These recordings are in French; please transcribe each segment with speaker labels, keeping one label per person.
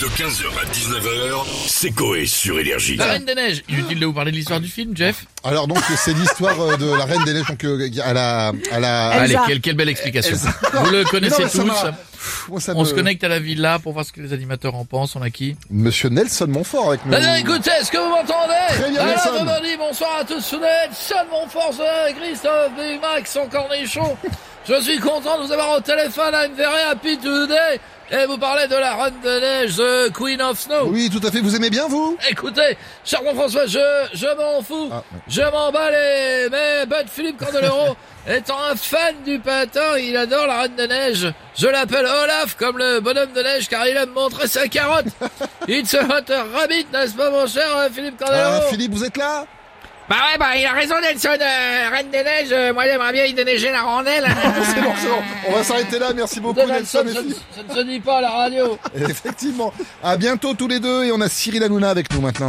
Speaker 1: De 15h à 19h, c'est Coé sur Énergie.
Speaker 2: La Reine des Neiges. Inutile de vous parler de l'histoire du film, Jeff.
Speaker 3: Alors donc c'est l'histoire euh, de la Reine des Neiges donc euh, à la à la
Speaker 2: Allez, quelle, quelle belle explication. Vous le connaissez
Speaker 3: mais Ah. Euh, ça Euh.
Speaker 2: tous.
Speaker 3: m'a- Pff, moi, ça
Speaker 2: On
Speaker 3: me-
Speaker 2: se connecte à la villa pour voir ce que les animateurs en pensent. On a qui
Speaker 3: Monsieur Nelson Montfort avec nous.
Speaker 2: Allez, écoutez, est-ce que vous m'entendez
Speaker 3: Très bien,
Speaker 2: Alain
Speaker 3: Nelson.
Speaker 2: Demony, bonsoir à tous, Sounel, Seul mon forcenet, Christophe Dumax, son cornichon. Je suis content de vous avoir au téléphone. I'm very happy today. Et vous parlez de la Reine des Neiges, The Queen of Snow.
Speaker 3: Oui tout à fait. Vous aimez bien vous
Speaker 2: Écoutez, cher François, je, je m'en fous,
Speaker 3: Ah, ouais.
Speaker 2: je m'en bats les... Mais Bud Philippe Candeloro, étant un fan du patin, il adore la Reine de Neige. Je l'appelle Olaf, comme le bonhomme de neige, car il aime montrer sa carotte. It's a hot rabbit, n'est-ce pas mon cher euh, Philippe
Speaker 3: Ah,
Speaker 2: Candeloro
Speaker 3: Philippe vous êtes là
Speaker 2: Bah ouais, bah il a raison Nelson, euh, Reine des Neiges, euh, moi j'aimerais bien y déneiger la rondelle.
Speaker 3: C'est bon c'est bon. On va s'arrêter là. Merci beaucoup
Speaker 2: De
Speaker 3: Nelson.
Speaker 2: Nelson,
Speaker 3: et
Speaker 2: ça ne-
Speaker 3: Philippe.
Speaker 2: ça ne se dit pas à la radio.
Speaker 3: Effectivement. À bientôt tous les deux et on a Cyril Hanouna avec nous maintenant.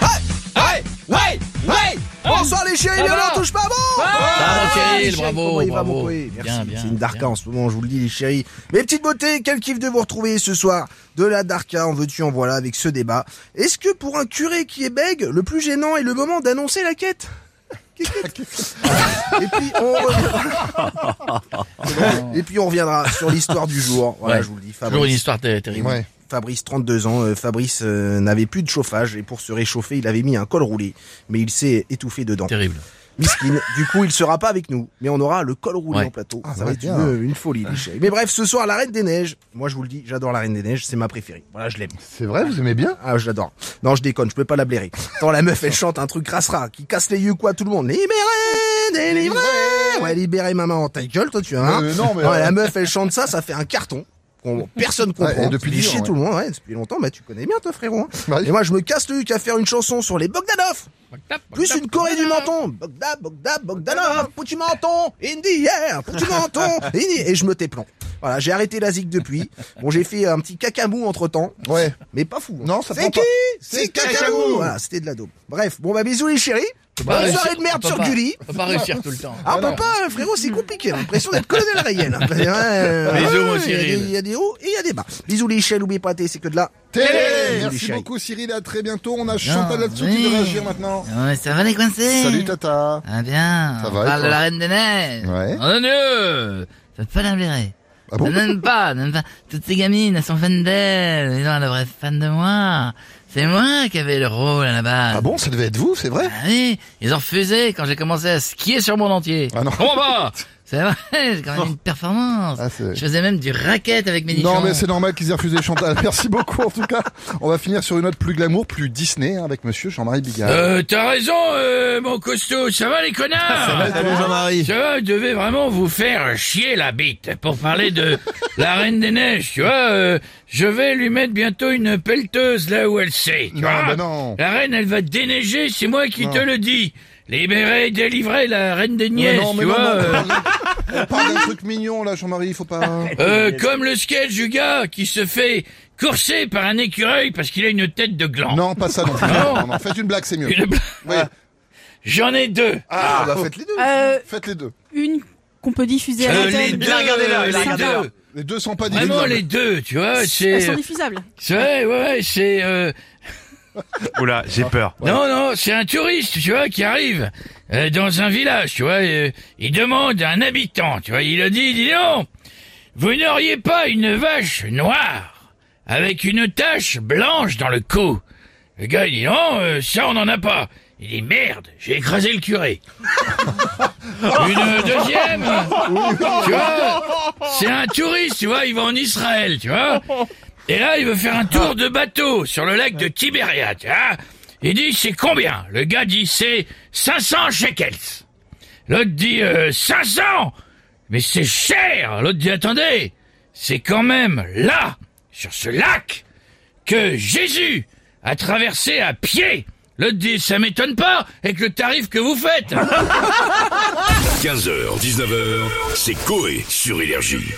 Speaker 4: Ouais, ouais, ouais Bonsoir les chéris,
Speaker 2: Ça
Speaker 4: on
Speaker 2: va
Speaker 4: n'en touche pas bon
Speaker 2: Ah,
Speaker 3: Ah,
Speaker 4: Ah,
Speaker 2: Bravo, Cyril,
Speaker 4: les chéris,
Speaker 2: bravo,
Speaker 4: comment il va,
Speaker 2: bravo.
Speaker 4: mon coé Merci,
Speaker 2: Bien, bien,
Speaker 4: c'est une darka
Speaker 2: bien.
Speaker 4: en ce moment, je vous le dis les chéris. Mes petites beautés, quel kiff de vous retrouver ce soir. De la darka, en veux-tu, en voilà, avec ce débat. Est-ce que pour un curé qui est bègue, le plus gênant est le moment d'annoncer la quête et puis, on reviendra... et puis on reviendra sur l'histoire du jour. Voilà,
Speaker 2: Ouais.
Speaker 4: je vous le dis,
Speaker 2: Toujours une
Speaker 4: Fabrice.
Speaker 2: histoire ter- terrible.
Speaker 3: Ah bah, Ouais.
Speaker 4: Fabrice, 32 ans. Euh, Fabrice euh, n'avait plus de chauffage et pour se réchauffer, il avait mis un col roulé, mais il s'est étouffé dedans.
Speaker 2: Terrible.
Speaker 4: Miskin, du coup, il sera pas avec nous, mais on aura le col roulé
Speaker 2: Ouais.
Speaker 4: en plateau.
Speaker 3: Ah, ça
Speaker 4: ça va
Speaker 3: va
Speaker 4: être
Speaker 3: bien.
Speaker 4: une, une folie, les chèvres. Mais bref, ce soir, la Reine des Neiges. Moi, je vous le dis, j'adore la Reine des Neiges, c'est ma préférée. Voilà, je l'aime.
Speaker 3: C'est vrai vous aimez bien
Speaker 4: Ah, je l'adore. Non, je déconne, je peux pas la blairer. Tant la meuf, elle chante un truc crassera, qui casse les yeux quoi à tout le monde. Libérez, délivrez Ouais, libérez maman, ta gueule, toi, tu vois. hein.
Speaker 3: Euh, non, mais-
Speaker 4: Ouais, La meuf, elle chante ça, ça fait un carton. qu'on- Personne comprend.
Speaker 3: Ouais, et depuis
Speaker 4: Il
Speaker 3: dix ans,
Speaker 4: chez
Speaker 3: ouais.
Speaker 4: tout le monde, ouais, depuis longtemps, bah, tu connais bien, toi, frérot. hein.
Speaker 3: Bah oui.
Speaker 4: Et moi, je me casse le huc à faire une chanson sur les Bogdanov. Plus une Corée du menton. Bogda, Bogda, Bogdanov, pour tu menton, Indy, yeah, pour tu menton, Indy. Et je me téplon. Voilà, j'ai arrêté la zig depuis. Bon, j'ai fait un petit cacamou entre temps.
Speaker 3: Ouais.
Speaker 4: Mais pas fou. hein.
Speaker 3: Non, ça
Speaker 4: C'est
Speaker 3: prend
Speaker 4: qui
Speaker 3: pas.
Speaker 4: C'est
Speaker 3: C'est
Speaker 4: Cacabou
Speaker 3: Cacabou.
Speaker 4: Voilà, c'était de la daube. Bref, bon bah bisous les chéris.
Speaker 2: Bah,
Speaker 4: Bonne
Speaker 2: réussir-
Speaker 4: soirée de merde
Speaker 2: on peut
Speaker 4: sur
Speaker 2: pas-
Speaker 4: Gulli.
Speaker 2: On peut pas réussir tout le temps.
Speaker 4: Ah, on peut pas, frérot, c'est compliqué. hein. L'impression d'être colonel Rayel. hein. Ouais, ouais,
Speaker 2: Bisous, mon
Speaker 4: ouais, il y a
Speaker 2: Cyril.
Speaker 4: des- Il y a des hauts et il y a des bas. Bisous les chéris, n'oubliez pas, t'es- c'est que de la
Speaker 3: Télé
Speaker 4: les
Speaker 3: Merci
Speaker 4: chéris.
Speaker 3: beaucoup Cyril et à très bientôt. On a Chantal là-dessous qui veut
Speaker 5: oui.
Speaker 3: réagir maintenant.
Speaker 5: Ouais, ça va les coincés
Speaker 3: Salut Tata.
Speaker 5: Ah bien,
Speaker 3: Ça
Speaker 5: on
Speaker 3: va, et
Speaker 5: parle
Speaker 3: toi
Speaker 5: de la Reine des Neiges
Speaker 3: Ouais.
Speaker 5: Mon dieu Ça pas la blairer.
Speaker 3: Ah bon
Speaker 5: Même pas, même pas. Toutes ces gamines, elles sont fans d'elle. Mais non, elles devraient être fans de moi. C'est moi qui avais le rôle à la base.
Speaker 3: Ah bon, ça devait être vous, c'est vrai
Speaker 5: Ah oui, ils ont refusé quand j'ai commencé à skier sur mon entier.
Speaker 3: Ah non.
Speaker 5: Comment pas C'est vrai, c'est quand même une performance.
Speaker 3: Ah, c'est-
Speaker 5: Je faisais même du racket avec mes
Speaker 3: Non
Speaker 5: nichons.
Speaker 3: mais c'est normal qu'ils aient refusé Chantal. Merci beaucoup en tout cas. On va finir sur une note plus glamour, plus Disney hein, avec Monsieur Jean-Marie Bigard.
Speaker 2: Euh, t'as raison, euh, mon costaud. Ça va, les connards Ça va,
Speaker 4: Jean-Marie.
Speaker 2: Tu vois, je devais vraiment vous faire chier la bite pour parler de la Reine des Neiges, tu vois. euh, je vais lui mettre bientôt une pelleteuse là où elle sait, tu
Speaker 3: Non,
Speaker 2: vois.
Speaker 3: bah non.
Speaker 2: La Reine, elle va déneiger, c'est moi qui te le dis. Libérer, délivrer la Reine des Neiges,
Speaker 3: non, mais
Speaker 2: tu
Speaker 3: non,
Speaker 2: vois.
Speaker 3: non,
Speaker 2: euh,
Speaker 3: on parle d'un truc mignon là, Jean-Marie, il faut pas.
Speaker 2: euh, comme le sketch du gars qui se fait courser par un écureuil parce qu'il a une tête de gland.
Speaker 3: Non, pas ça non plus.
Speaker 2: Non.
Speaker 3: Non, non, faites une blague, c'est mieux.
Speaker 2: Une blague.
Speaker 3: Oui.
Speaker 2: J'en ai deux.
Speaker 3: Ah, bah faites les deux.
Speaker 6: Euh,
Speaker 3: Faites les deux.
Speaker 6: une qu'on peut diffuser à
Speaker 2: Euh,
Speaker 6: l'antenne.
Speaker 2: les deux, les deux.
Speaker 3: Les deux sont pas
Speaker 2: Vraiment
Speaker 3: divisables.
Speaker 2: les deux, tu vois,
Speaker 6: Elles
Speaker 2: c'est
Speaker 6: sont diffusables.
Speaker 2: c'est ouais, ouais, c'est euh,
Speaker 7: Oula, j'ai peur.
Speaker 2: non non, c'est un touriste, tu vois, qui arrive euh, dans un village, tu vois, euh, il demande à un habitant, tu vois, il a dit dis donc, vous n'auriez pas une vache noire avec une tache blanche dans le cou. Le gars il dit non, euh, ça on n'en a pas. Il dit merde, j'ai écrasé le curé. Une deuxième, tu vois, c'est un touriste, tu vois, il va en Israël, tu vois. Et là, il veut faire un tour de bateau sur le lac de Tibériade. Hein il dit, c'est combien Le gars dit, c'est 500 shekels. L'autre dit, euh, 500 Mais c'est cher L'autre dit, attendez, c'est quand même là, sur ce lac,
Speaker 5: que Jésus a traversé à pied le 10. Ça m'étonne pas avec le tarif que vous faites.
Speaker 8: 15h, 19h, c'est Coé sur Énergie.